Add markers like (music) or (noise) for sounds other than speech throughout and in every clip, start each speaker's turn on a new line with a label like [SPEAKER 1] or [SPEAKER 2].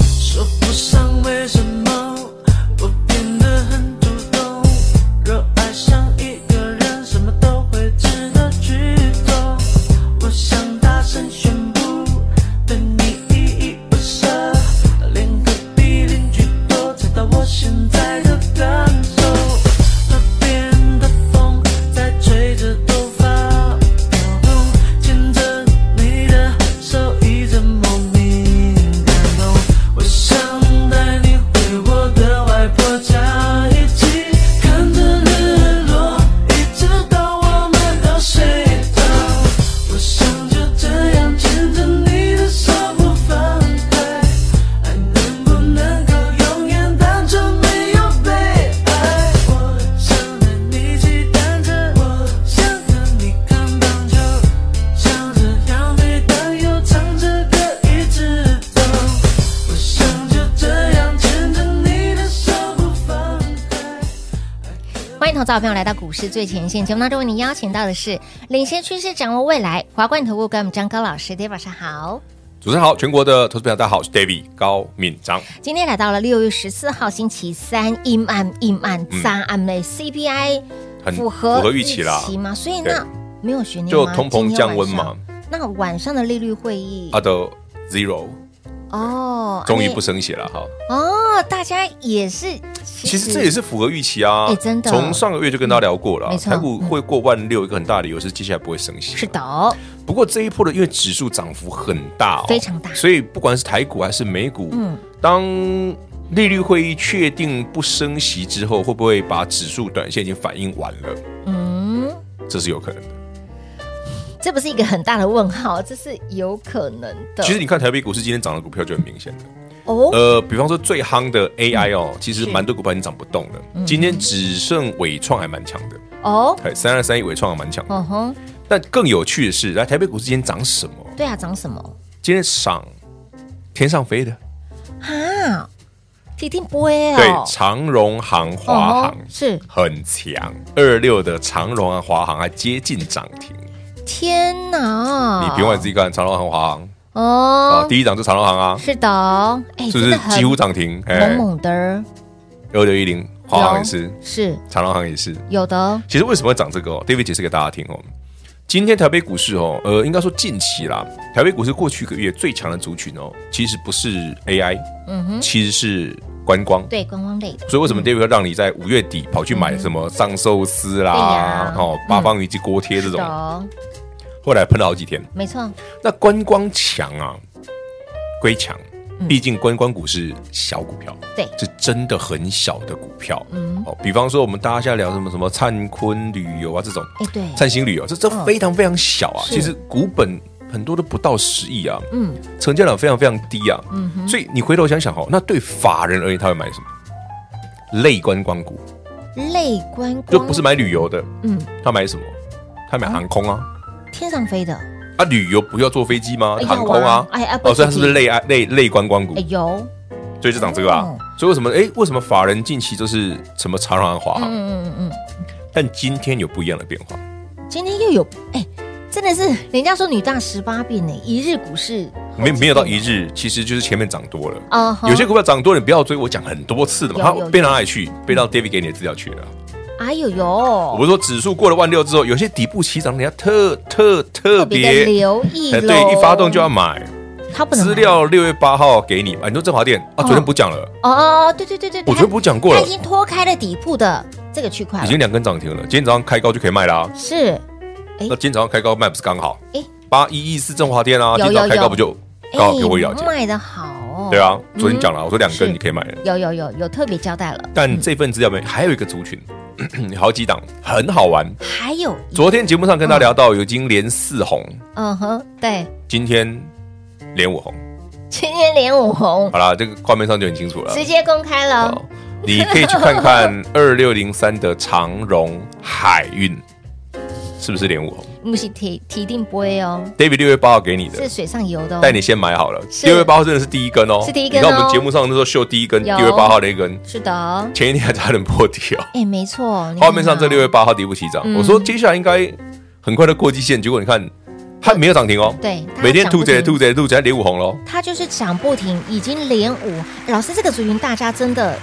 [SPEAKER 1] 说不上为什么，我变得很主动。若爱上一个人，什么都会值得去做。我想大声宣布，对你依依不舍，连隔壁邻居都猜到我现在的感受。河边的风在吹着头发飘动，牵着你的手，一阵莫名感动。我想带你回我的外婆家，一起看着日落，一直到我们都睡着。我想就这样牵着你的手不放开，爱能不能够永远单纯没有悲哀？我想带你骑单车，我想和你看棒球，想这样每当又唱着歌一直走。我想就这样牵着你的手不放开。
[SPEAKER 2] 欢迎投资好朋友来到股市最前线节目当中，为您邀请到的是领先趋势、掌握未来华冠投顾跟我们张高老师，大家晚上好。
[SPEAKER 3] 主持人好，全国的投资朋友大家好，我是 David 高敏章。
[SPEAKER 2] 今天来到了六月十四号星期三，阴暗阴暗三暗的 CPI
[SPEAKER 3] 嗯很
[SPEAKER 2] 符合
[SPEAKER 3] 符合预期啦
[SPEAKER 2] 吗？所以
[SPEAKER 3] 对
[SPEAKER 2] 那没有悬念
[SPEAKER 3] 就
[SPEAKER 2] 吗
[SPEAKER 3] 通膨降温嘛。
[SPEAKER 2] 今天晚上那晚上的利率会议
[SPEAKER 3] 阿德啊 Zero
[SPEAKER 2] 哎哦，
[SPEAKER 3] 终于不
[SPEAKER 2] 啊
[SPEAKER 3] 升息了哈，
[SPEAKER 2] 那哦，大家也是，
[SPEAKER 3] 其实这也是符合预期啊
[SPEAKER 2] 哎，真的
[SPEAKER 3] 从上个月就跟大家聊过了
[SPEAKER 2] 嗯没
[SPEAKER 3] 啊，
[SPEAKER 2] 错
[SPEAKER 3] 台股会过万六，一个很大的理由是接下来不会升息。
[SPEAKER 2] 是，的，哦
[SPEAKER 3] 不过这一波的因为指数涨幅很大哦，
[SPEAKER 2] 非常大嗯
[SPEAKER 3] 所以不管是台股还是美股，当利率会议确定不升息之后，会不会把指数短线已经反应完了？
[SPEAKER 2] 嗯，
[SPEAKER 3] 这是有可能的。
[SPEAKER 2] 这不是一个很大的问号，这是有可能的。
[SPEAKER 3] 其实你看台北股市今天涨的股票就很明显了。
[SPEAKER 2] 哦，
[SPEAKER 3] 呃，比方说最夯的 AI 哦，
[SPEAKER 2] 嗯
[SPEAKER 3] 其实蛮多股票已经涨不动了。今天只剩伟创还蛮强的，
[SPEAKER 2] 哦，
[SPEAKER 3] 哎，三二三一伟创还蛮强的。
[SPEAKER 2] 哦哼，
[SPEAKER 3] 但更有趣的是，来台北股市今天涨什么？
[SPEAKER 2] 对啊，涨什么
[SPEAKER 3] 今天涨天上飞的，
[SPEAKER 2] 啊？铁定不会
[SPEAKER 3] 对
[SPEAKER 2] 哦，，
[SPEAKER 3] 长荣航、华航
[SPEAKER 2] 哦是
[SPEAKER 3] 很强，二六的长荣航、华航还接近涨停。
[SPEAKER 2] 天哪！
[SPEAKER 3] 你别忘了自己看长荣航、华航啊，
[SPEAKER 2] 哦，
[SPEAKER 3] 第一涨就长荣航啊，
[SPEAKER 2] 是的哦，哎，
[SPEAKER 3] 是不
[SPEAKER 2] 真
[SPEAKER 3] 是
[SPEAKER 2] 的很
[SPEAKER 3] 几乎哎涨停？
[SPEAKER 2] 猛猛的儿，
[SPEAKER 3] 二六一零华航
[SPEAKER 2] 有
[SPEAKER 3] 也是，
[SPEAKER 2] 是
[SPEAKER 3] 长荣航也是。
[SPEAKER 2] 有的哦，
[SPEAKER 3] 其实为什么会涨这个、哦、？David 解释给大家听哦。今天台北股市哦，呃，应该说近期啦，台北股市过去一个月最强的族群哦，其实不是 AI，
[SPEAKER 2] 嗯哼，嗯
[SPEAKER 3] 其实是观光。
[SPEAKER 2] 对，观光类的，
[SPEAKER 3] 所以为什么 David 要让你在五月底跑去买什么藏寿司
[SPEAKER 2] 对
[SPEAKER 3] 啦
[SPEAKER 2] 呀，嗯
[SPEAKER 3] 哦，八方鱼及锅贴这
[SPEAKER 2] 是
[SPEAKER 3] 种
[SPEAKER 2] 的，哦，
[SPEAKER 3] 后来喷了好几天。
[SPEAKER 2] 没错，哎
[SPEAKER 3] 那观光强啊，归强，毕竟观光股是小股票，
[SPEAKER 2] 嗯对
[SPEAKER 3] 是真的很小的股票。嗯，哦，比方说我们大家现在聊什么什么灿坤旅游啊这种，
[SPEAKER 2] 哎，对，
[SPEAKER 3] 灿星旅游，这这
[SPEAKER 2] 嗯
[SPEAKER 3] 非常非常小啊，
[SPEAKER 2] 是
[SPEAKER 3] 其实股本很多都不到十亿啊，
[SPEAKER 2] 嗯，
[SPEAKER 3] 成交量非常非常低啊，所以你回头想想哦，那对法人而言，他会买什么？
[SPEAKER 2] 嗯
[SPEAKER 3] 类观光股，
[SPEAKER 2] 类观光
[SPEAKER 3] 就不是买旅游的，
[SPEAKER 2] 嗯，
[SPEAKER 3] 他买什么？他买航空啊，
[SPEAKER 2] 天上飞的，
[SPEAKER 3] 啊，旅游不要坐飞机吗？
[SPEAKER 2] 哎
[SPEAKER 3] 航空啊
[SPEAKER 2] 要啊，哎啊不
[SPEAKER 3] 哦，所以它是不是
[SPEAKER 2] 是
[SPEAKER 3] 类啊类类观光股
[SPEAKER 2] 哎？有，
[SPEAKER 3] 所以就涨这个啊
[SPEAKER 2] 哦。
[SPEAKER 3] 所以为什么哎，为什么法人近期就是什么长荣航、华
[SPEAKER 2] 嗯
[SPEAKER 3] 航？
[SPEAKER 2] 嗯嗯
[SPEAKER 3] 但今天有不一样的变化，
[SPEAKER 2] 嗯，今天又有，哎，真的是人家说女大十八变呢，一日股市
[SPEAKER 3] 没没有到一日，其实就是前面涨多了。
[SPEAKER 2] 哦，
[SPEAKER 3] 有些股票涨多了，你不要追，我讲很多次的嘛，
[SPEAKER 2] 有
[SPEAKER 3] 它
[SPEAKER 2] 有有嗯
[SPEAKER 3] 背到哪里去？背到 David 给你的资料去了。
[SPEAKER 2] 哎呦
[SPEAKER 3] 我
[SPEAKER 2] 呦，
[SPEAKER 3] 不是说指数过了万六之后，有些底部起涨，人家特特特
[SPEAKER 2] 特别的
[SPEAKER 3] 别，
[SPEAKER 2] 留意
[SPEAKER 3] 哎
[SPEAKER 2] 喽，
[SPEAKER 3] 对，一发动就要买。
[SPEAKER 2] 他不能
[SPEAKER 3] 资
[SPEAKER 2] 买
[SPEAKER 3] 料六月八号给你，啊，你说振华店啊，昨天不讲了，
[SPEAKER 2] 哦，对对对对，
[SPEAKER 3] 我昨天不讲过
[SPEAKER 2] 他
[SPEAKER 3] 了
[SPEAKER 2] 已，经脱开了底部的这个区块了，
[SPEAKER 3] 已经两根涨停了，今天早上开高就可以卖啦。
[SPEAKER 2] 是哎
[SPEAKER 3] 那今天早上开高卖不是刚好
[SPEAKER 2] 哎？
[SPEAKER 3] 八一一四振华店啊，
[SPEAKER 2] 有
[SPEAKER 3] 今天早上
[SPEAKER 2] 有
[SPEAKER 3] 开
[SPEAKER 2] 有
[SPEAKER 3] 高不就刚好给我了解？
[SPEAKER 2] 哎卖的好哦，
[SPEAKER 3] 对啊，昨天讲
[SPEAKER 2] 了，
[SPEAKER 3] 了，我说两
[SPEAKER 2] 是
[SPEAKER 3] 根你可以买了，
[SPEAKER 2] 有有有有特别交代了，
[SPEAKER 3] 但这份资料里面还有一个族群， (clears throat) 好几档很好玩。
[SPEAKER 2] 还有一
[SPEAKER 3] 昨天节目上跟大家聊到，已经连四红，
[SPEAKER 2] 嗯哼，对，
[SPEAKER 3] 今天连五红。
[SPEAKER 2] 今天连五红
[SPEAKER 3] 好啦，这个画面上就很清楚了。
[SPEAKER 2] 直接公开了
[SPEAKER 3] 哦，你可以去看看二六零三的长荣海运，是不是连五红
[SPEAKER 2] 不是提提定不会哦，
[SPEAKER 3] ？David 六月八号给你的
[SPEAKER 2] 是，水上游的哦，
[SPEAKER 3] 带你先买好了。
[SPEAKER 2] 是
[SPEAKER 3] 六月八号真的是第一根哦，
[SPEAKER 2] 是第一根哦
[SPEAKER 3] 你看我们节目上那时候秀第一根，
[SPEAKER 2] 有
[SPEAKER 3] 六月八号那一根，
[SPEAKER 2] 是的哦，
[SPEAKER 3] 前一天还差点破
[SPEAKER 2] (laughs)
[SPEAKER 3] 底哦。
[SPEAKER 2] 哎，没错，你看哦
[SPEAKER 3] 画面上这
[SPEAKER 2] 到
[SPEAKER 3] 六月八号底部起涨，
[SPEAKER 2] 嗯
[SPEAKER 3] 我说接下来应该很快的过季线，结果你看它没有涨停哦，
[SPEAKER 2] 对，它
[SPEAKER 3] 每天
[SPEAKER 2] 涨
[SPEAKER 3] 吐
[SPEAKER 2] 不
[SPEAKER 3] 贼
[SPEAKER 2] 停
[SPEAKER 3] 吐贼吐贼连五红喽。
[SPEAKER 2] 它就是涨不停，已经连五。老师，这个族群大家真的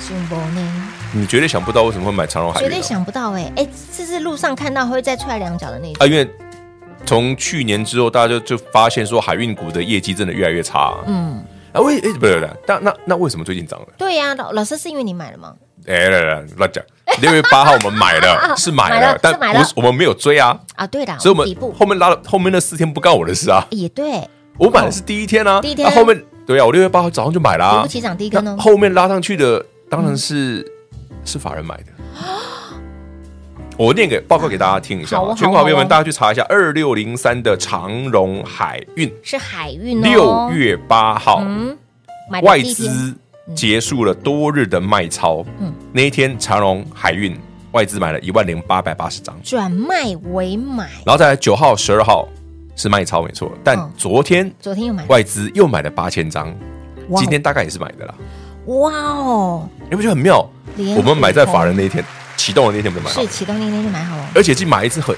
[SPEAKER 2] 信不呢？
[SPEAKER 3] 你绝对想不到为什么会买长荣海运
[SPEAKER 2] 绝
[SPEAKER 3] 哦，
[SPEAKER 2] 对想不到哎、哎，这是路上看到会再踹两脚的那种。
[SPEAKER 3] 啊，因为从去年之后，大家就就发现说海运股的业绩真的越来越差啊。
[SPEAKER 2] 嗯，
[SPEAKER 3] 啊为诶不不不，但那那为什么最近涨了？
[SPEAKER 2] 对呀、老老师是因为你买了吗？
[SPEAKER 3] 哎，来来乱讲。六月八号我们买
[SPEAKER 2] (laughs)
[SPEAKER 3] 了，是买
[SPEAKER 2] 买了
[SPEAKER 3] 了
[SPEAKER 2] 是，
[SPEAKER 3] 但
[SPEAKER 2] 买了
[SPEAKER 3] 不是我们没有追啊，
[SPEAKER 2] 啊，对啦，
[SPEAKER 3] 所以我
[SPEAKER 2] 底
[SPEAKER 3] 们
[SPEAKER 2] 部
[SPEAKER 3] 后面拉了后面那四天不干我的事啊。
[SPEAKER 2] 也对，
[SPEAKER 3] 我买的是第一天啊，
[SPEAKER 2] 第一天
[SPEAKER 3] 啊后面对啊，我六月八号早上就买啦
[SPEAKER 2] 底部。起涨第一根哦
[SPEAKER 3] 那。后面拉上去的当然是、是法人买
[SPEAKER 2] (gasps)
[SPEAKER 3] 的。我念给报告给大家听一下
[SPEAKER 2] 好哦
[SPEAKER 3] 啊，全国好朋友们，大家去查一下二六零三的长荣海运，
[SPEAKER 2] 是海运哦，
[SPEAKER 3] 六月八号、
[SPEAKER 2] 嗯，买的
[SPEAKER 3] 外
[SPEAKER 2] 第一天
[SPEAKER 3] 资结束了多日的卖超，
[SPEAKER 2] 嗯
[SPEAKER 3] 那一天长荣海运外资买了一万零八百八十张，
[SPEAKER 2] 转卖为买，
[SPEAKER 3] 然后再来九号、十二号是卖超没错，但
[SPEAKER 2] 嗯
[SPEAKER 3] 昨天
[SPEAKER 2] 昨天又买了，
[SPEAKER 3] 外资又买了八千张，
[SPEAKER 2] 哇哦
[SPEAKER 3] 今天大概也是买的啦。
[SPEAKER 2] 哇哦，
[SPEAKER 3] 你不觉得很妙
[SPEAKER 2] 连？
[SPEAKER 3] 我们买在法人那一天启动的那一天，我们买好
[SPEAKER 2] 是，启动那天就买好了，
[SPEAKER 3] 而且是买一只很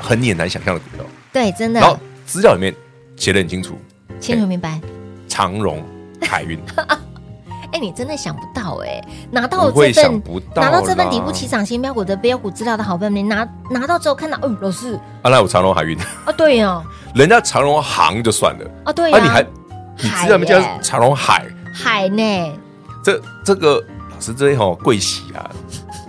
[SPEAKER 3] 很你也难想象的股票。
[SPEAKER 2] 对，真
[SPEAKER 3] 然后
[SPEAKER 2] 的
[SPEAKER 3] 资料里面写的很清楚，
[SPEAKER 2] 清楚明白。
[SPEAKER 3] 长荣海运 (laughs)
[SPEAKER 2] 哎，你真的想不到哎、拿
[SPEAKER 3] 不
[SPEAKER 2] 到
[SPEAKER 3] 会
[SPEAKER 2] 这
[SPEAKER 3] 想
[SPEAKER 2] 份
[SPEAKER 3] 不到啦
[SPEAKER 2] 拿到这份底部起涨新标股的标股资料的好朋友们，拿拿到之后看到，嗯，老师
[SPEAKER 3] 啊，那有长荣海运， (laughs)
[SPEAKER 2] 啊，对哦，
[SPEAKER 3] 人家长荣行就算了，
[SPEAKER 2] 啊对
[SPEAKER 3] 啊
[SPEAKER 2] 呀、
[SPEAKER 3] 你还你
[SPEAKER 2] 海
[SPEAKER 3] 资料里面叫
[SPEAKER 2] 耶
[SPEAKER 3] 长荣海，
[SPEAKER 2] 海呢？
[SPEAKER 3] 这这个老师这一行贵喜啊，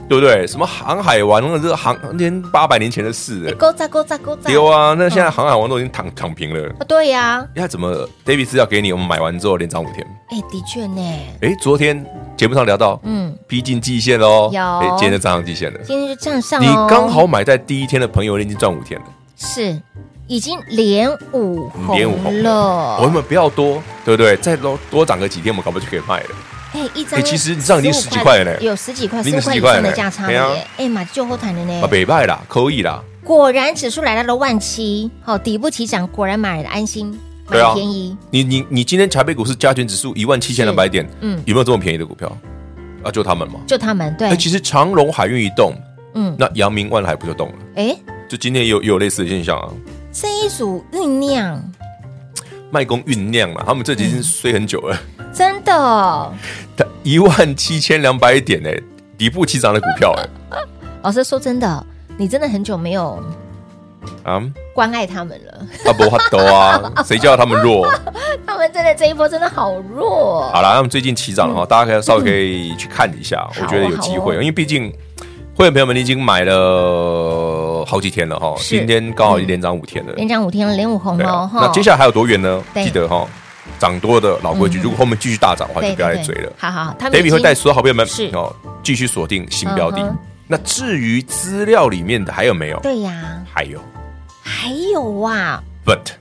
[SPEAKER 3] 对不对？什么航海王那个这个航连八百年前的事了，
[SPEAKER 2] 哎勾扎勾扎勾扎，
[SPEAKER 3] 丢啊！那现在航海王都已经躺躺平了，
[SPEAKER 2] 啊对呀、
[SPEAKER 3] 那哎怎么 David 资料给你，我们买完之后连涨五天？
[SPEAKER 2] 哎、的确呢，
[SPEAKER 3] 哎，昨天节目上聊到，
[SPEAKER 2] 嗯，
[SPEAKER 3] 逼近季线喽，
[SPEAKER 2] 有
[SPEAKER 3] 哎，今天就站上季线了。
[SPEAKER 2] 今天就站上、哦，
[SPEAKER 3] 你刚好买在第一天的朋友，你已经赚五天了，
[SPEAKER 2] 是已经连五红
[SPEAKER 3] 连五红
[SPEAKER 2] 了，
[SPEAKER 3] 我们不要多，对不对？再多多涨个几天，我们搞不好就可以卖了。
[SPEAKER 2] 哎、一张
[SPEAKER 3] 哎其实这样已经
[SPEAKER 2] 15
[SPEAKER 3] 10块了呢
[SPEAKER 2] 有十几块，
[SPEAKER 3] 已
[SPEAKER 2] 十
[SPEAKER 3] 经
[SPEAKER 2] 五块以
[SPEAKER 3] 10块
[SPEAKER 2] 上的
[SPEAKER 3] 了
[SPEAKER 2] 价差了
[SPEAKER 3] 对啊
[SPEAKER 2] 耶，哎妈，就后谈了呢
[SPEAKER 3] 啊，，北卖啦，可以啦，
[SPEAKER 2] 果然指数来到了万七，好底部起涨，果然买了安心，买
[SPEAKER 3] 对啊
[SPEAKER 2] 便宜，
[SPEAKER 3] 你你你今天台北股市加权指数一万七千两百点，
[SPEAKER 2] 嗯
[SPEAKER 3] 有没有这么便宜的股票？啊，就他们嘛。
[SPEAKER 2] 就他们对
[SPEAKER 3] 哎，，其实长荣海运一动，
[SPEAKER 2] 嗯，
[SPEAKER 3] 那阳明万海不就动了？
[SPEAKER 2] 哎，
[SPEAKER 3] 就今天也有也有类似的现象啊，
[SPEAKER 2] 这一组酝酿
[SPEAKER 3] 卖工酝酿了，他们这已
[SPEAKER 2] 嗯
[SPEAKER 3] 经衰很久了，
[SPEAKER 2] 真的哦，
[SPEAKER 3] 一万七千两百点哎，底部起涨的股票哎，
[SPEAKER 2] 老师说真的，哦你真的很久没有
[SPEAKER 3] 啊，
[SPEAKER 2] 关爱他们了， (laughs)
[SPEAKER 3] 啊，不法斗啊，谁叫他们弱？
[SPEAKER 2] 他们真的这一波真的好弱，哦
[SPEAKER 3] 好啦，他们最近起涨了哈，大家可以稍微可以去看一下，
[SPEAKER 2] 嗯
[SPEAKER 3] 我觉得有机
[SPEAKER 2] 好哦好哦
[SPEAKER 3] 会，因为毕竟会员朋友们，你已经买了好几天了哈，
[SPEAKER 2] 是
[SPEAKER 3] 今天刚好连涨五天了，
[SPEAKER 2] 连涨五天了，连五红哦
[SPEAKER 3] 对
[SPEAKER 2] 了
[SPEAKER 3] 啊，
[SPEAKER 2] 哈。
[SPEAKER 3] 那接下来还有多远呢？
[SPEAKER 2] 对
[SPEAKER 3] 记得哈，涨多的老规矩，
[SPEAKER 2] 嗯
[SPEAKER 3] 如果后面继续大涨的话，
[SPEAKER 2] 对
[SPEAKER 3] 就不要再
[SPEAKER 2] 对
[SPEAKER 3] 追了。
[SPEAKER 2] 好好，他们已
[SPEAKER 3] David
[SPEAKER 2] 经
[SPEAKER 3] 会带所有好朋友们
[SPEAKER 2] 是
[SPEAKER 3] 哦，继续锁定新标
[SPEAKER 2] 嗯
[SPEAKER 3] 的
[SPEAKER 2] 哼。
[SPEAKER 3] 那至于资料里面的还有没有？
[SPEAKER 2] 对呀，
[SPEAKER 3] 还有
[SPEAKER 2] 还有啊，
[SPEAKER 3] ，But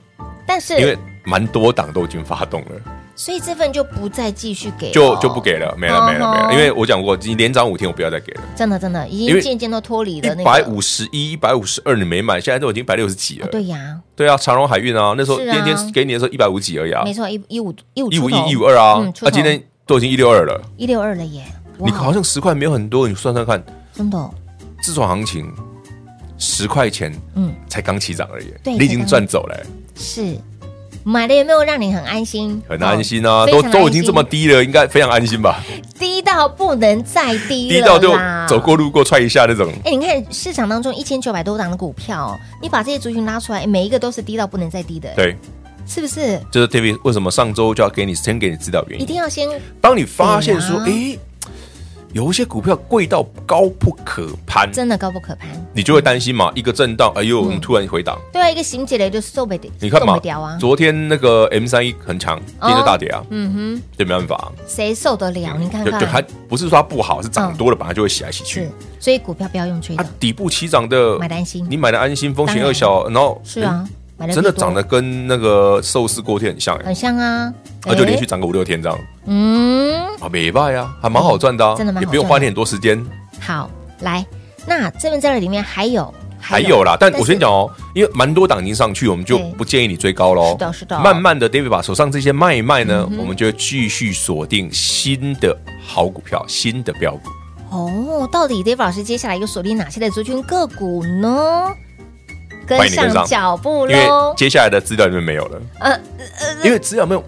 [SPEAKER 2] 但是
[SPEAKER 3] 因为蛮多档都已经发动了。
[SPEAKER 2] 所以这份就不再继续给了，
[SPEAKER 3] 就就不给了，没了没了没
[SPEAKER 2] 哦
[SPEAKER 3] 了，因为我讲过，已经连涨五天，我不要再给了。
[SPEAKER 2] 真的真的已
[SPEAKER 3] 因
[SPEAKER 2] 经
[SPEAKER 3] 为
[SPEAKER 2] 渐渐都脱离了那个
[SPEAKER 3] 一百五十一、一百五十二你没买，现在都已经一百六十几
[SPEAKER 2] 哦
[SPEAKER 3] 了。
[SPEAKER 2] 对呀，
[SPEAKER 3] 对啊，长荣海运啊，那时候
[SPEAKER 2] 是啊
[SPEAKER 3] 天天给你的时候一百五几而已啊
[SPEAKER 2] 没，错，一一五一五
[SPEAKER 3] 一
[SPEAKER 2] 出
[SPEAKER 3] 五
[SPEAKER 2] 头
[SPEAKER 3] 一、一五二啊
[SPEAKER 2] 嗯，出头
[SPEAKER 3] 啊，今天都已经一六二了。
[SPEAKER 2] 一六二了耶，哇
[SPEAKER 3] 你好像十块没有很多，你算算看，
[SPEAKER 2] 真的哦
[SPEAKER 3] 这种行情十块钱，
[SPEAKER 2] 嗯
[SPEAKER 3] 嗯，才刚起涨而已，
[SPEAKER 2] 对
[SPEAKER 3] 你已
[SPEAKER 2] 才
[SPEAKER 3] 经
[SPEAKER 2] 刚
[SPEAKER 3] 赚走了，
[SPEAKER 2] 是买了有没有让你很安心？
[SPEAKER 3] 很安心
[SPEAKER 2] 哦
[SPEAKER 3] 啊，
[SPEAKER 2] 非
[SPEAKER 3] 都
[SPEAKER 2] 常
[SPEAKER 3] 都已
[SPEAKER 2] 安
[SPEAKER 3] 经
[SPEAKER 2] 心
[SPEAKER 3] 这么低了，应该非常安心吧？
[SPEAKER 2] 低到不能再低
[SPEAKER 3] 低
[SPEAKER 2] 了
[SPEAKER 3] 到就
[SPEAKER 2] 啦
[SPEAKER 3] 走。过路过踹一下那种，
[SPEAKER 2] 哎、你看市场当中一千九百多档的股票哦，你把这些族群拉出来，哎每一个都是低到不能再低的，，
[SPEAKER 3] 对，
[SPEAKER 2] 是不是？
[SPEAKER 3] 这是 David 为什么上周就要给你先给你指导原
[SPEAKER 2] 一
[SPEAKER 3] 因
[SPEAKER 2] 定。要先
[SPEAKER 3] 当你发现说，
[SPEAKER 2] 对啊
[SPEAKER 3] 诶，有一些股票贵到高不可攀，
[SPEAKER 2] 真的高嗯不可攀。
[SPEAKER 3] 你就会担心嘛，一个震荡，哎呦，我们突然回档。
[SPEAKER 2] 对啊，一个行起来就受不了，
[SPEAKER 3] 你看
[SPEAKER 2] 受
[SPEAKER 3] 嘛
[SPEAKER 2] 不了啊，。哦
[SPEAKER 3] 昨天那个 M 三一很强，今天就大跌啊，
[SPEAKER 2] 嗯
[SPEAKER 3] 这没办法啊。
[SPEAKER 2] 哼，谁受得了？你看
[SPEAKER 3] 就就它
[SPEAKER 2] 看，
[SPEAKER 3] 不是说它不好，是涨多了本来就会洗来洗去
[SPEAKER 2] 是。，所以股票不要用吹
[SPEAKER 3] 它
[SPEAKER 2] 的，
[SPEAKER 3] 底部起涨的，
[SPEAKER 2] 买的安心
[SPEAKER 3] 呃你买的安心，风
[SPEAKER 2] 当
[SPEAKER 3] 险
[SPEAKER 2] 然
[SPEAKER 3] 又小，然后
[SPEAKER 2] 是啊，买
[SPEAKER 3] 哎，
[SPEAKER 2] 的
[SPEAKER 3] 真的涨得跟那个寿司锅贴很像，哎
[SPEAKER 2] 很像啊，
[SPEAKER 3] 那哦就连续
[SPEAKER 2] 哎，
[SPEAKER 3] 涨个五六天这样
[SPEAKER 2] 嗯，
[SPEAKER 3] 啊，没败啊，还蛮好赚的啊，
[SPEAKER 2] 真的蛮好
[SPEAKER 3] 也不用
[SPEAKER 2] 赚的
[SPEAKER 3] 花你很多时间。
[SPEAKER 2] 好，来，那这份资料里面还有
[SPEAKER 3] 还有啦，但我先，
[SPEAKER 2] 是
[SPEAKER 3] 讲哦，因为蛮多档已经上去，我们就
[SPEAKER 2] 对
[SPEAKER 3] 不建议你追高喽。
[SPEAKER 2] 是的是的嗯
[SPEAKER 3] 慢慢的，David 把手上这些卖一卖呢，我们就继续锁定新的好股票、新的标股。
[SPEAKER 2] 哦，到底 Dave 老师接下来又锁定哪些的族群个股呢？跟
[SPEAKER 3] 欢迎你跟
[SPEAKER 2] 上
[SPEAKER 3] 上
[SPEAKER 2] 脚步
[SPEAKER 3] 因为
[SPEAKER 2] 喽，
[SPEAKER 3] 接下来的资料里面没有了，
[SPEAKER 2] 呃
[SPEAKER 3] 因为资料没有，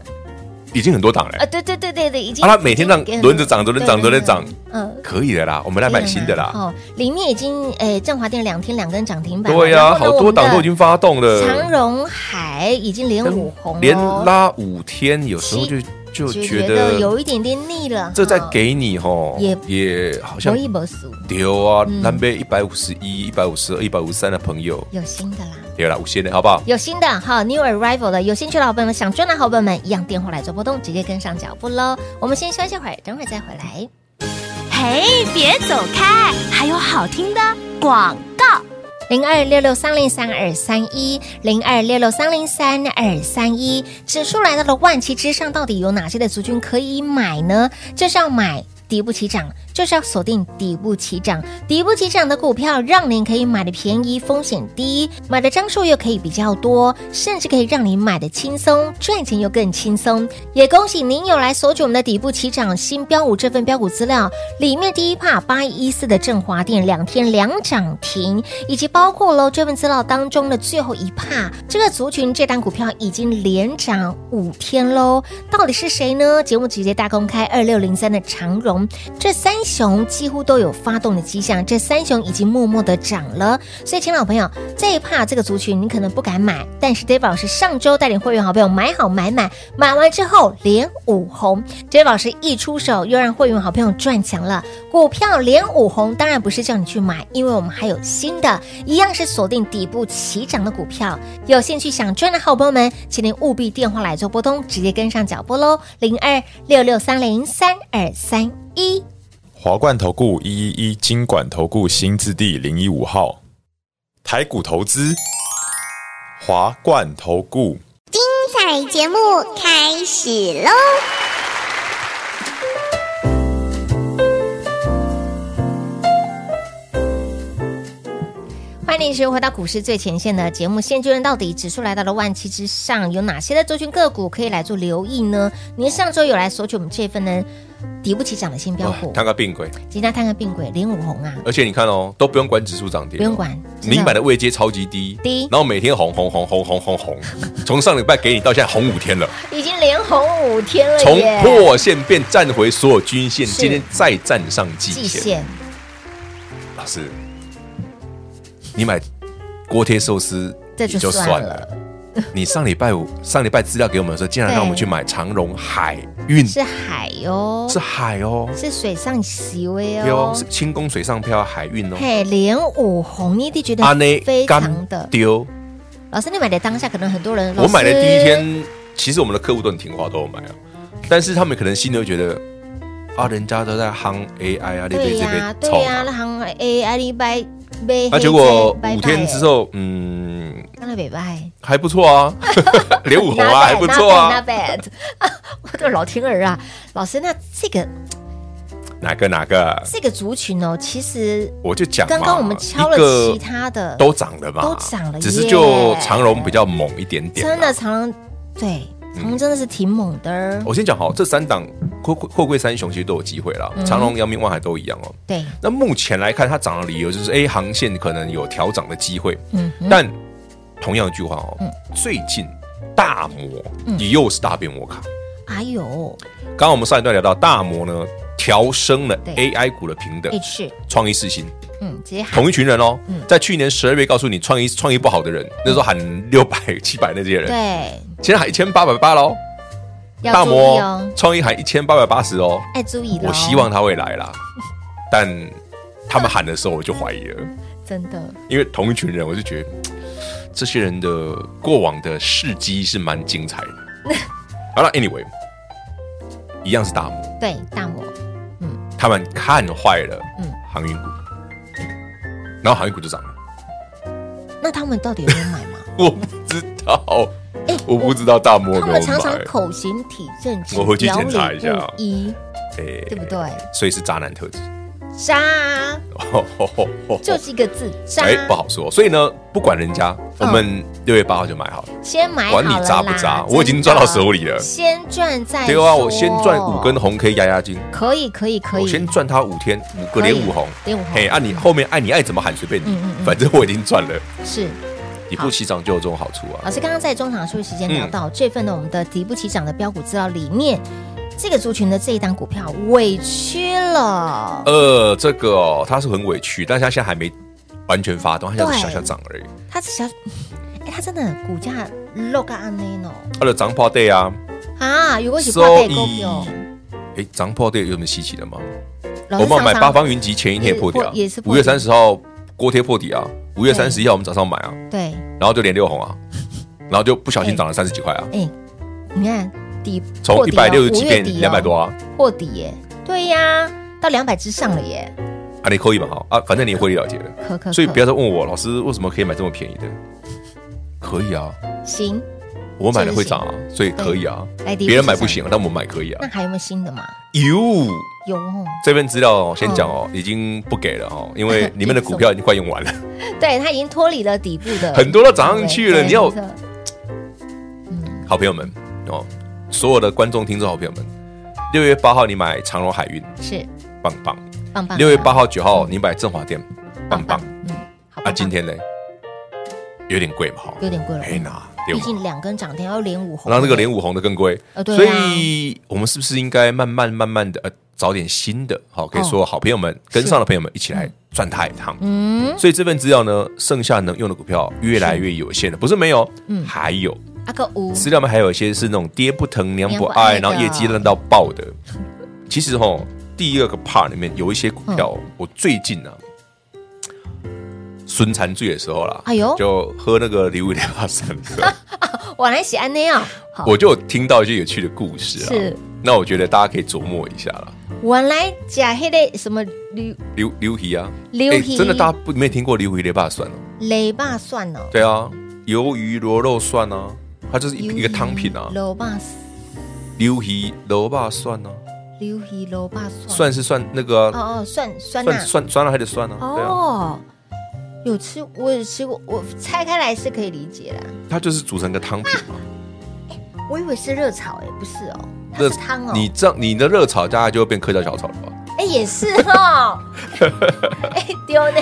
[SPEAKER 3] 已经很多档了。
[SPEAKER 2] 呃，对对对对对，已经
[SPEAKER 3] 啊，它每天这样轮着涨，轮着涨，轮着涨，，
[SPEAKER 2] 嗯。
[SPEAKER 3] 可以的啦，我们来买新的啦。
[SPEAKER 2] 哦，里面已经诶，振华电两天两根涨停板了，
[SPEAKER 3] 对呀，
[SPEAKER 2] 然后呢
[SPEAKER 3] 好多档都已经发动
[SPEAKER 2] 长
[SPEAKER 3] 了，
[SPEAKER 2] 荣海已经连五红、哦，
[SPEAKER 3] 连拉五天，有时候就就
[SPEAKER 2] 就
[SPEAKER 3] 觉
[SPEAKER 2] 觉得有
[SPEAKER 3] 得
[SPEAKER 2] 一点点腻了。
[SPEAKER 3] 这再
[SPEAKER 2] 哈
[SPEAKER 3] 给你吼，
[SPEAKER 2] 也
[SPEAKER 3] 也好像
[SPEAKER 2] 博一博俗，
[SPEAKER 3] 丢啊，南北一百五十一、一百五十二、一百五十三的朋友，
[SPEAKER 2] 有新的啦，
[SPEAKER 3] 丢了五千的好不好？
[SPEAKER 2] 有新的哈，new arrival 的，有兴趣的好朋友们，想赚的好朋友们，一样电话来做波动，直接跟上脚步喽。我们先休息会儿，等会儿再回来。
[SPEAKER 4] 嘿，别走开，还有好听的广告。
[SPEAKER 2] 零二六六三零三二三一，零二六六三零三二三一，指数来到了万七之上，到底有哪些的族群可以买呢？就是要买。底部起涨就是要锁定底部起涨，底部起涨的股票让您可以买的便宜，风险低，买的张数又可以比较多，甚至可以让你买的轻松，赚钱又更轻松。也恭喜您有来索取我们的底部起涨新标股这份标股资料，里面第一帕八一四的振华店两天两涨停，以及包括喽这份资料当中的最后一帕，这个族群这档股票已经连涨五天喽。到底是谁呢？节目直接大公开二六零三的长荣，这三雄几乎都有发动的迹象，这三雄已经默默的涨了。所以，亲老朋友，这一帕这个族群你可能不敢买，但是 Dave 老师上周带领会员好朋友买好买满，买完之后连五红，Dave 老师一出手又让会员好朋友赚钱了。股票连五红当然不是叫你去买，因为我们还有新的，一样是锁定底部起涨的股票。有兴趣想赚的好朋友们，请您务必电话来做拨通，直接跟上脚步喽，零二六六三零三二三一。
[SPEAKER 5] 华冠投顾一一一金管投顾新字第零一五号，台股投资，华冠投顾。
[SPEAKER 6] 彩节目开始喽！
[SPEAKER 2] 欢迎您回到股市最前线的节目。现阶段到底指数来到了万七之上，有哪些的族群个股可以来做留意呢？您上周有来索取我们这份呢底不起涨的新标股，
[SPEAKER 3] 看个病鬼，
[SPEAKER 2] 吉娜探个病鬼零五红啊，
[SPEAKER 3] 而且你看哦，都不用管指数涨跌，
[SPEAKER 2] 不用管，
[SPEAKER 3] 你买的位阶超级低，
[SPEAKER 2] 低
[SPEAKER 3] 然后每天红红红红红
[SPEAKER 2] (laughs)
[SPEAKER 3] 红红，从上礼拜给你到现在红五天了，
[SPEAKER 2] 已经连红五天了
[SPEAKER 3] 从
[SPEAKER 2] 耶，
[SPEAKER 3] 破线变站回所有均线，
[SPEAKER 2] 哎是
[SPEAKER 3] 今天再站上季
[SPEAKER 2] 季
[SPEAKER 3] 线。
[SPEAKER 2] 线
[SPEAKER 3] 老师，你买锅贴寿司
[SPEAKER 2] 这
[SPEAKER 3] 也
[SPEAKER 2] 就
[SPEAKER 3] 就
[SPEAKER 2] 算
[SPEAKER 3] 算了， (laughs) 你上礼拜五上礼拜资料给我们的时候，竟然让我们
[SPEAKER 2] 对
[SPEAKER 3] 去买长荣海运，
[SPEAKER 2] 是海哟、
[SPEAKER 3] 是海哦。
[SPEAKER 2] 是水上席威
[SPEAKER 3] 对哦
[SPEAKER 2] 哦，
[SPEAKER 3] 是，轻功水上漂海运哦。
[SPEAKER 2] 嘿，连五红，你一定觉得
[SPEAKER 3] 阿内
[SPEAKER 2] 非常
[SPEAKER 3] 干
[SPEAKER 2] 的。
[SPEAKER 3] 丢，
[SPEAKER 2] 老师，你买的当下可能很多人，
[SPEAKER 3] 我买的
[SPEAKER 2] 老师
[SPEAKER 3] 第一，天，其实我们的客户都很听话，都有买啊。但是他们可能心里会觉得，啊，人家都在夯 AI 啊，那
[SPEAKER 2] 对
[SPEAKER 3] 边这
[SPEAKER 2] 呀、
[SPEAKER 3] 边
[SPEAKER 2] 对
[SPEAKER 3] 炒
[SPEAKER 2] 呀、
[SPEAKER 3] 啊
[SPEAKER 2] 那。行 A 阿里拜呗，
[SPEAKER 3] 那结果
[SPEAKER 2] 黑菜
[SPEAKER 3] 五天之，后，嗯，
[SPEAKER 2] 当然拜拜。
[SPEAKER 3] 还不
[SPEAKER 2] (laughs)
[SPEAKER 3] 错啊， (laughs) 连五红
[SPEAKER 2] Not
[SPEAKER 3] 啊，
[SPEAKER 2] bad，
[SPEAKER 3] 还不错啊
[SPEAKER 2] not。bad，not bad 啊我的老天儿啊，老师，那这个
[SPEAKER 3] 哪个哪个？
[SPEAKER 2] 这个族群哦，其实
[SPEAKER 3] 我就讲嘛
[SPEAKER 2] 刚刚我们敲了
[SPEAKER 3] 一个
[SPEAKER 2] 其他的，
[SPEAKER 3] 都涨了嘛，
[SPEAKER 2] 都涨了
[SPEAKER 3] 只是
[SPEAKER 2] 耶
[SPEAKER 3] 就长荣比较猛一点点。
[SPEAKER 2] 真的，常对，常真的是挺猛的儿，
[SPEAKER 3] 我先讲好，这三档货柜货柜三雄其实都有机会啦，
[SPEAKER 2] 嗯
[SPEAKER 3] 长荣、阳明、万海都一样哦。
[SPEAKER 2] 对，
[SPEAKER 3] 那目前来看，它涨的理由就是，A 航线可能有调涨的机会，
[SPEAKER 2] 嗯哼，嗯
[SPEAKER 3] 但同样一句话哦，最近大摩也又是大变摩卡。
[SPEAKER 2] 哎呦，
[SPEAKER 3] 刚刚我们上一段聊到大摩呢，调升了
[SPEAKER 2] 对
[SPEAKER 3] AI 股的平等
[SPEAKER 2] 哎，是，
[SPEAKER 3] 创意四星，
[SPEAKER 2] 嗯，直接喊
[SPEAKER 3] 同一群人哦，
[SPEAKER 2] 嗯
[SPEAKER 3] 在去年十二月告诉你创意创意不好的人，那时候喊六百七百那些人，
[SPEAKER 2] 对，
[SPEAKER 3] 现在喊一千八百八喽。
[SPEAKER 2] 要
[SPEAKER 3] 大
[SPEAKER 2] 注意
[SPEAKER 3] 摩
[SPEAKER 2] 哦，
[SPEAKER 3] 创意喊一千八百八十哦，
[SPEAKER 2] 哎，注意了，
[SPEAKER 3] 我希望它会来啦。但他们喊的时候，我就怀疑了，
[SPEAKER 2] 真的，
[SPEAKER 3] 因为同一群人，我就觉得嘖这些人的过往的事迹是蛮精彩的。
[SPEAKER 2] (laughs)
[SPEAKER 3] 好了，anyway，一样是大摩，
[SPEAKER 2] 对，大摩
[SPEAKER 3] 他们看坏了
[SPEAKER 2] 嗯
[SPEAKER 3] 航运股，然后航运股就涨了。
[SPEAKER 2] 那他们到底有没有买吗？
[SPEAKER 3] (laughs) 我不知道，
[SPEAKER 2] 哎
[SPEAKER 3] 我不知道大摩有
[SPEAKER 2] 他
[SPEAKER 3] 没
[SPEAKER 2] 们
[SPEAKER 3] 有
[SPEAKER 2] 常常
[SPEAKER 3] 买，
[SPEAKER 2] 口型体正直，
[SPEAKER 3] 我回去检查一下啊
[SPEAKER 2] 表里不一，
[SPEAKER 3] 哎
[SPEAKER 2] 对不对？
[SPEAKER 3] 所以是渣男特质。
[SPEAKER 2] 渣 (laughs) 就
[SPEAKER 3] 就是
[SPEAKER 2] 一个字渣，
[SPEAKER 3] 哎，不好说。所以呢，不管人家，我
[SPEAKER 2] 嗯
[SPEAKER 3] 们六月八号就买好了，
[SPEAKER 2] 先买好
[SPEAKER 3] 管
[SPEAKER 2] 了
[SPEAKER 3] 你
[SPEAKER 2] 啦
[SPEAKER 3] 渣不渣，
[SPEAKER 2] 真的
[SPEAKER 3] 我已经抓到手里了。
[SPEAKER 2] 先赚再
[SPEAKER 3] 对
[SPEAKER 2] 说
[SPEAKER 3] 啊，我先赚五根，红 K 压压惊，
[SPEAKER 2] 可以可以哦可以，
[SPEAKER 3] 我先赚它五天，五个
[SPEAKER 2] 可以
[SPEAKER 3] 连五红，
[SPEAKER 2] 连五红
[SPEAKER 3] 嘿，啊，你后面爱你爱怎么喊随便你
[SPEAKER 2] 嗯嗯，嗯
[SPEAKER 3] 反正我已经赚了，
[SPEAKER 2] 是
[SPEAKER 3] 底部起涨就有这种好处啊
[SPEAKER 2] 老。师刚刚在中场休息时间聊到、这份呢，我们的底部起涨的标股资料里面，这个族群的这一档股票委屈了，
[SPEAKER 3] 呃，这个哦，它是很委屈，但是它现在还没完全发动，它现在
[SPEAKER 2] 对
[SPEAKER 3] 是小小涨而已。
[SPEAKER 2] 它小，哎，它真的股价落个安内呢
[SPEAKER 3] 它的涨破 day 啊，
[SPEAKER 2] 啊，如果是破底股票，
[SPEAKER 3] 哎，涨破 day 有什么稀奇的吗？
[SPEAKER 2] 老
[SPEAKER 3] 我
[SPEAKER 2] 师
[SPEAKER 3] 们
[SPEAKER 2] 常
[SPEAKER 3] 买
[SPEAKER 2] 常
[SPEAKER 3] 八方云集前一天也破底啊
[SPEAKER 2] 也也是，破
[SPEAKER 3] 五
[SPEAKER 2] 底
[SPEAKER 3] 月三十号锅贴破底啊，五月三十一号我们早上买啊，
[SPEAKER 2] 对，
[SPEAKER 3] 然后就连六红
[SPEAKER 2] (laughs)
[SPEAKER 3] 啊，然后就不小心涨了三十几块啊，
[SPEAKER 2] 哎，你看底
[SPEAKER 3] 从
[SPEAKER 2] 破
[SPEAKER 3] 一
[SPEAKER 2] 底了
[SPEAKER 3] 百六十几
[SPEAKER 2] 五月
[SPEAKER 3] 变
[SPEAKER 2] 底哦
[SPEAKER 3] 两百多啊，
[SPEAKER 2] 破底耶，对呀，到两百之上了耶，
[SPEAKER 3] 啊你扣一嘛哈啊，反正你也会了解的，
[SPEAKER 2] 可可可，
[SPEAKER 3] 所以不要再问我老师为什么可以买这么便宜的，可以啊，
[SPEAKER 2] 行，
[SPEAKER 3] 我买了会涨啊，所以可以啊
[SPEAKER 2] 对来，
[SPEAKER 3] 别人买不行，但我们买可以啊
[SPEAKER 2] 那。还有没有新的嘛？
[SPEAKER 3] 哟，
[SPEAKER 2] 有哦，
[SPEAKER 3] 这份资料哦先讲哦，已经不给了哦，
[SPEAKER 2] (laughs)
[SPEAKER 3] 因为里面的股票已经快用完了，
[SPEAKER 2] 对，它已经脱离了底部的，
[SPEAKER 3] 很多都涨上去了
[SPEAKER 2] 对
[SPEAKER 3] 你要
[SPEAKER 2] 没错
[SPEAKER 3] 好朋友们哦，所有的观众、听众、好朋友们，六月八号你买长荣海运，
[SPEAKER 2] 是
[SPEAKER 3] 棒棒。
[SPEAKER 2] 棒棒。
[SPEAKER 3] 六月八号、九号你买振华店，棒棒。
[SPEAKER 2] 嗯，好棒
[SPEAKER 3] 那
[SPEAKER 2] 棒。
[SPEAKER 3] 今天呢，有点贵嘛，哈，
[SPEAKER 2] 有点贵了，
[SPEAKER 3] 哎那
[SPEAKER 2] 毕竟两根涨停要连五红，
[SPEAKER 3] 让那个连五红的更贵
[SPEAKER 2] 呃，对啊
[SPEAKER 3] 所以我们是不是应该慢慢慢慢的呃找点新的，
[SPEAKER 2] 哦
[SPEAKER 3] 好，可以说好朋友们跟上的朋友们一起来赚它一趟。
[SPEAKER 2] 嗯，
[SPEAKER 3] 所以这份资料呢，剩下能用的股票越来越有限了，不是没有，
[SPEAKER 2] 嗯
[SPEAKER 3] 还有
[SPEAKER 2] 阿个五
[SPEAKER 3] 资料面还有一些是那种爹不疼娘不
[SPEAKER 2] 娘
[SPEAKER 3] 爱，
[SPEAKER 2] 不爱的
[SPEAKER 3] 然后业绩烂到爆的。其实哈，第二个 part 里面有一些股票，我最近呢、啊，孙馋醉的时候啦，
[SPEAKER 2] 哎呦
[SPEAKER 3] 就喝那个六五六八三的时候，
[SPEAKER 2] 我来写安内啊，好，
[SPEAKER 3] 我就有听到一些有趣的故事啊。
[SPEAKER 2] 是，
[SPEAKER 3] 那我觉得大家可以琢磨一下啦。
[SPEAKER 2] 我来假黑的什么驴
[SPEAKER 3] 刘刘皮啊，
[SPEAKER 2] 刘
[SPEAKER 3] 哎
[SPEAKER 2] 皮
[SPEAKER 3] 真的大家不没听过刘皮雷霸蒜哦？
[SPEAKER 2] 雷霸蒜哦，
[SPEAKER 3] 对啊，鱿鱼螺肉蒜啊，它就是一一个汤品啊，
[SPEAKER 2] 刘霸
[SPEAKER 3] 刘皮螺霸蒜啊，
[SPEAKER 2] 刘皮罗霸蒜，
[SPEAKER 3] 蒜是蒜那个啊、
[SPEAKER 2] 哦哦蒜蒜
[SPEAKER 3] 蒜
[SPEAKER 2] 呐
[SPEAKER 3] 蒜酸了还得蒜啊，对啊，
[SPEAKER 2] 哦，有吃我有吃过，我拆开来是可以理解啦。
[SPEAKER 3] 它就是煮成个汤品嘛。
[SPEAKER 2] 我以为是热炒哎，不是哦，啊它
[SPEAKER 3] 热
[SPEAKER 2] 是汤哦，
[SPEAKER 3] 你这样你的热炒大概就会变客家小炒了
[SPEAKER 2] (laughs)
[SPEAKER 3] 吧？
[SPEAKER 2] 哎也是 (laughs) 哦，哎丢呢，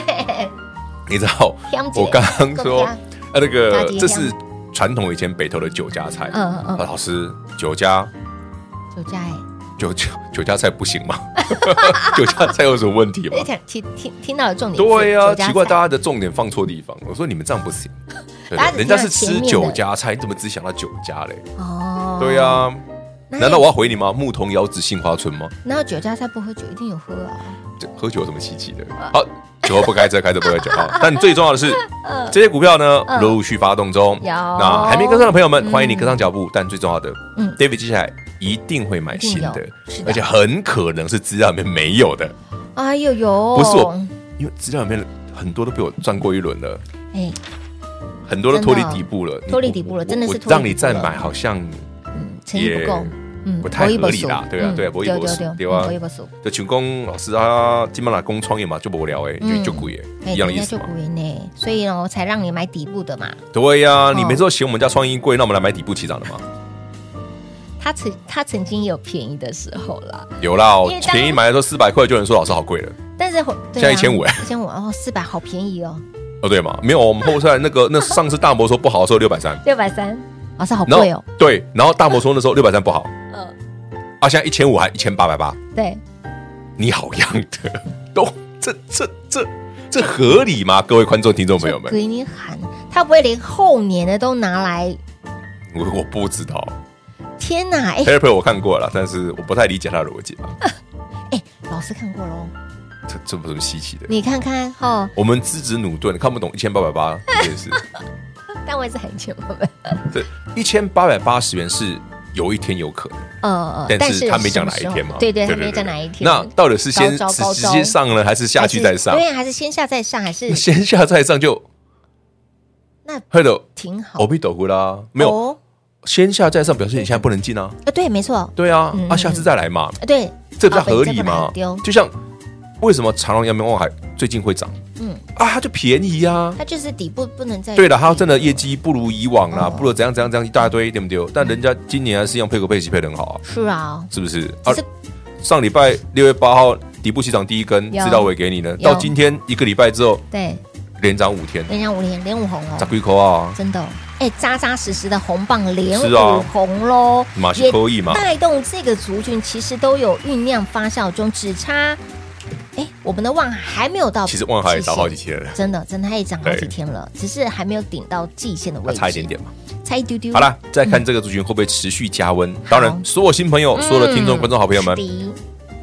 [SPEAKER 3] 你知道
[SPEAKER 2] 香姐
[SPEAKER 3] 我刚刚说
[SPEAKER 2] 够香
[SPEAKER 3] 呃那
[SPEAKER 2] 家
[SPEAKER 3] 个
[SPEAKER 2] 庭香
[SPEAKER 3] 这是传统以前北投的酒家菜，
[SPEAKER 2] 嗯嗯嗯
[SPEAKER 3] 啊老师酒家
[SPEAKER 2] 酒家哎。
[SPEAKER 3] 酒酒酒家菜不
[SPEAKER 2] (laughs)
[SPEAKER 3] 行吗？酒家菜有什么问题吗
[SPEAKER 2] 你？讲听听听到了重点是
[SPEAKER 3] 对呀、
[SPEAKER 2] 酒家
[SPEAKER 3] 奇怪，
[SPEAKER 2] 菜
[SPEAKER 3] 大家的重点放错地方。我说你们这样不行，对
[SPEAKER 2] 大家只
[SPEAKER 3] 人家是
[SPEAKER 2] 听到前
[SPEAKER 3] 吃
[SPEAKER 2] 面的
[SPEAKER 3] 酒家菜，你怎么只想到酒家嘞？
[SPEAKER 2] 哦，
[SPEAKER 3] 对啊呀、
[SPEAKER 2] 那
[SPEAKER 3] 难道我要回你吗？牧童遥指杏花村吗？
[SPEAKER 2] 哪有酒家菜不喝酒，一定有喝啊。
[SPEAKER 3] 这喝酒有什么稀奇的？好，酒后不开车，开车不喝酒
[SPEAKER 2] (laughs)
[SPEAKER 3] 啊！但最重要的是，这些股票呢陆续发动中。
[SPEAKER 2] 嗯有
[SPEAKER 3] 那还没跟上的朋友们，欢迎你跟上脚步。但最重要的
[SPEAKER 2] 嗯
[SPEAKER 3] ，David 接下来一定会买新
[SPEAKER 2] 一定
[SPEAKER 3] 的
[SPEAKER 2] 有是，的
[SPEAKER 3] 而且很可能是资料里面没有的，
[SPEAKER 2] 哎呦呦，
[SPEAKER 3] 不是我，因为资料里面很多都被我转过一轮了，
[SPEAKER 2] 哎，
[SPEAKER 3] 很多都脱离底部了，你
[SPEAKER 2] 脱离底部了
[SPEAKER 3] 我
[SPEAKER 2] 真的是脱离
[SPEAKER 3] 我
[SPEAKER 2] 底部了
[SPEAKER 3] 让你再买，好像
[SPEAKER 2] 嗯诚意不够
[SPEAKER 3] 也，
[SPEAKER 2] 嗯，
[SPEAKER 3] 不太合理啦
[SPEAKER 2] 博弈博输
[SPEAKER 3] 对啊对啊
[SPEAKER 2] 嗯
[SPEAKER 3] 博弈博输
[SPEAKER 2] 对
[SPEAKER 3] 对啊
[SPEAKER 2] 博弈博输，
[SPEAKER 3] 就群工老师啊，基本上工创业嘛就无聊哎，
[SPEAKER 2] 嗯
[SPEAKER 3] 就就贵哎，
[SPEAKER 2] 哎，
[SPEAKER 3] 一样的
[SPEAKER 2] 人
[SPEAKER 3] 意
[SPEAKER 2] 家
[SPEAKER 3] 思
[SPEAKER 2] 就
[SPEAKER 3] 嘛。
[SPEAKER 2] 古人呢，所以呢，我才让你买底部的嘛。
[SPEAKER 3] 对呀，你每次都嫌我们家创意贵，那我们来买底部起涨的嘛。
[SPEAKER 2] 他曾他曾经也有便宜的时候啦，
[SPEAKER 3] 有啦，我
[SPEAKER 2] 因为当
[SPEAKER 3] 便宜买的时候四百块，就有人说老师好贵了。
[SPEAKER 2] 但是啊
[SPEAKER 3] 现在1500
[SPEAKER 2] 一千五哦，四百好便宜哦，
[SPEAKER 3] 哦，对嘛，没有，我们后来
[SPEAKER 2] (laughs)
[SPEAKER 3] 那个那上次大摩说不好的时候六百三，
[SPEAKER 2] 六百三，老师好
[SPEAKER 3] 然
[SPEAKER 2] 贵哦
[SPEAKER 3] 后，对，然后大摩说那时候六百三不好，
[SPEAKER 2] (laughs) 嗯，
[SPEAKER 3] 啊，现在一千五还一千八百八，
[SPEAKER 2] 对，
[SPEAKER 3] 你好样的， (laughs) 都这这这这合理吗？各位观众听众朋友
[SPEAKER 2] 就
[SPEAKER 3] 们，
[SPEAKER 2] 给你喊，他不会连后年的都拿来，
[SPEAKER 3] 我我不知道
[SPEAKER 2] 天哪，哎
[SPEAKER 3] p a p e r 我看过了，但是我不太理解他的逻辑吧。
[SPEAKER 2] 哎，老师看过喽，
[SPEAKER 3] 这这不什么稀奇的。
[SPEAKER 2] 你看看哦，
[SPEAKER 3] 我们资质努顿看不懂一千八百八这
[SPEAKER 2] (laughs)
[SPEAKER 3] 件事，
[SPEAKER 2] 但我也是很久了，
[SPEAKER 3] 这一千八百八十元是有一天有可能，
[SPEAKER 2] 呃，
[SPEAKER 3] 但是他没讲哪一天嘛，
[SPEAKER 2] 对对，他没讲哪一天。
[SPEAKER 3] 那到底是先
[SPEAKER 2] 高招
[SPEAKER 3] 直
[SPEAKER 2] 高
[SPEAKER 3] 直
[SPEAKER 2] 招
[SPEAKER 3] 接上呢，还是下去再上
[SPEAKER 2] 还？是对啊，还是先下再上，还是
[SPEAKER 3] (laughs) 先下再上就
[SPEAKER 2] 那
[SPEAKER 3] ，hello，
[SPEAKER 2] 挺好。
[SPEAKER 3] 我被抖呼啦，哦没有，
[SPEAKER 2] 哦
[SPEAKER 3] 先下再上表示你现在不能进啊，
[SPEAKER 2] 啊，对，没错，
[SPEAKER 3] 对啊
[SPEAKER 2] 嗯，
[SPEAKER 3] 啊，下次再来嘛，
[SPEAKER 2] 啊对，
[SPEAKER 3] 这比较
[SPEAKER 2] 啊本
[SPEAKER 3] 合
[SPEAKER 2] 这
[SPEAKER 3] 理
[SPEAKER 2] 不能
[SPEAKER 3] 嘛
[SPEAKER 2] 丢，
[SPEAKER 3] 就像为什么长隆、阳明、望海最近会涨？
[SPEAKER 2] 嗯
[SPEAKER 3] 嗯啊，它就便宜啊。
[SPEAKER 2] 它就是底部不能再
[SPEAKER 3] 对了，它真的业绩不如以往啦，
[SPEAKER 2] 哦嗯
[SPEAKER 3] 不如怎样怎样怎样一大堆，对不对？但人家今年还是一样配股配息配得很好啊，
[SPEAKER 2] 是啊，
[SPEAKER 3] 是不是？
[SPEAKER 2] 只
[SPEAKER 3] 啊
[SPEAKER 2] 是，
[SPEAKER 3] 上礼拜六月八号底部起涨第一根，
[SPEAKER 2] 有
[SPEAKER 3] 知道我也给你了。
[SPEAKER 2] 有
[SPEAKER 3] 到今天一个礼拜之后，
[SPEAKER 2] 对，
[SPEAKER 3] 连涨五天，
[SPEAKER 2] 人家五连连五红
[SPEAKER 3] 咋
[SPEAKER 2] 哦，
[SPEAKER 3] 归口啊？
[SPEAKER 2] 真的哦，哎，扎扎实实的红棒连
[SPEAKER 3] 是啊
[SPEAKER 2] 五红喽，
[SPEAKER 3] 马
[SPEAKER 2] 也
[SPEAKER 3] 是可以嘛？
[SPEAKER 2] 带动这个族群其实都有酝酿发酵中，只差哎，我们的望海还没有到，
[SPEAKER 3] 其实望海也涨好几。天了，
[SPEAKER 2] 真的，真的，它也涨好几
[SPEAKER 3] 对
[SPEAKER 2] 天了，只是还没有顶到季线的位
[SPEAKER 3] 那
[SPEAKER 2] 置，
[SPEAKER 3] 啊差一点点，嘛。
[SPEAKER 2] 差一丢丢。
[SPEAKER 3] 好啦，再看这个族群会不会持续加温？当然，所有新朋友、
[SPEAKER 2] 嗯，
[SPEAKER 3] 所有的听众、观众、好朋友们
[SPEAKER 2] 是的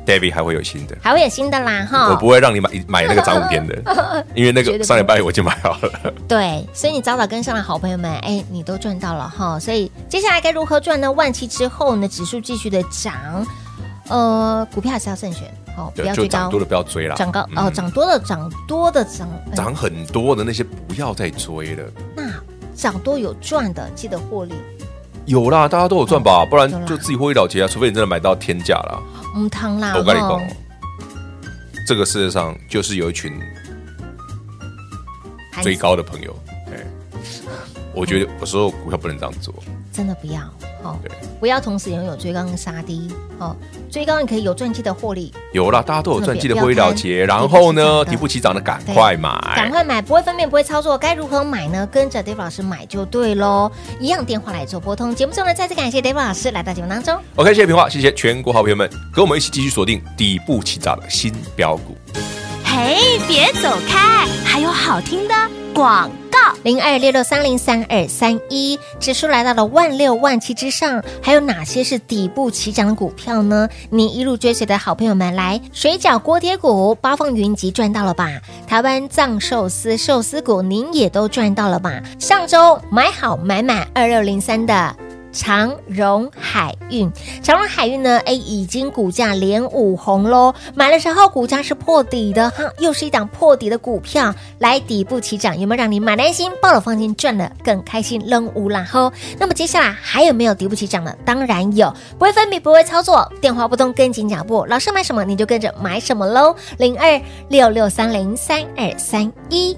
[SPEAKER 3] ，David 还会有新的。
[SPEAKER 2] 还会有新的啦哈。
[SPEAKER 3] 我不会让你买买那个涨五天
[SPEAKER 2] (laughs)
[SPEAKER 3] 的，因为那
[SPEAKER 2] 绝对
[SPEAKER 3] 个
[SPEAKER 2] 不
[SPEAKER 3] 上礼拜我就买好了。
[SPEAKER 2] 对，所以你早早跟上了，好朋友们，哎，你都赚到了哈。所以接下来该如何赚呢？万期之后呢，指数继续的涨，呃，股票还是要慎选，好、不要
[SPEAKER 3] 就
[SPEAKER 2] 追
[SPEAKER 3] 涨
[SPEAKER 2] 高
[SPEAKER 3] 多，的不要追啦，
[SPEAKER 2] 涨高
[SPEAKER 3] 嗯
[SPEAKER 2] 哦，涨多的涨多的涨，哎
[SPEAKER 3] 涨很多的那些不要再追了。
[SPEAKER 2] 那涨多有赚的，记得获利，
[SPEAKER 3] 有啦，大家都有赚吧，不然
[SPEAKER 2] 哦有啦
[SPEAKER 3] 就自己获利了结啊。除非你真的买到天价啦。
[SPEAKER 2] 嗯，汤啦，
[SPEAKER 3] 我跟你
[SPEAKER 2] 哈
[SPEAKER 3] 讲哦，这个世界上就是有一群
[SPEAKER 2] 还
[SPEAKER 3] 追高的朋友。哎，我觉得有时候股票不能这样做。
[SPEAKER 2] 真的不要哦
[SPEAKER 3] 对，
[SPEAKER 2] 不要同时拥有追高跟杀低哦，追高你可以有赚记得获利，
[SPEAKER 3] 有啦，大家都有赚，记得获利了
[SPEAKER 2] 真
[SPEAKER 3] 结。
[SPEAKER 2] 的不要贪
[SPEAKER 3] 然后呢，
[SPEAKER 2] 底
[SPEAKER 3] 底
[SPEAKER 2] 部
[SPEAKER 3] 部
[SPEAKER 2] 起
[SPEAKER 3] 起涨的赶快买，
[SPEAKER 2] 赶快买，不会分辨，不会操作，该如何买呢？跟着 Dave 老师买就对喽。一样电话来做拨通。节目中呢，再次感谢 Dave 老师来到节目当中。
[SPEAKER 3] OK，谢谢平话，谢谢全国好朋友们，跟我们一起继续锁定底部起涨的新标股。
[SPEAKER 4] 嘿，别走开，还有好听的广告。
[SPEAKER 2] 零二六六三零三二三一，指数来到了万六万七之上，还有哪些是底部起涨的股票呢？你一路追随的好朋友们，来水饺锅贴股，八凤云集赚到了吧？台湾藏寿司寿司股，您也都赚到了吧？上周买好买满二六零三的。长荣海运，长荣海运呢？哎，已经股价连五红喽。买的时候股价是破底的，哈，又是一档破底的股票，来底部起涨，有没有让你买的安心、抱了放心、赚的更开心、扔无啦吼？那么接下来还有没有底部起涨的？当然有，不会分别，不会操作，电话不动，跟紧脚步，老师买什么你就跟着买什么喽。零二六六三零三二三一。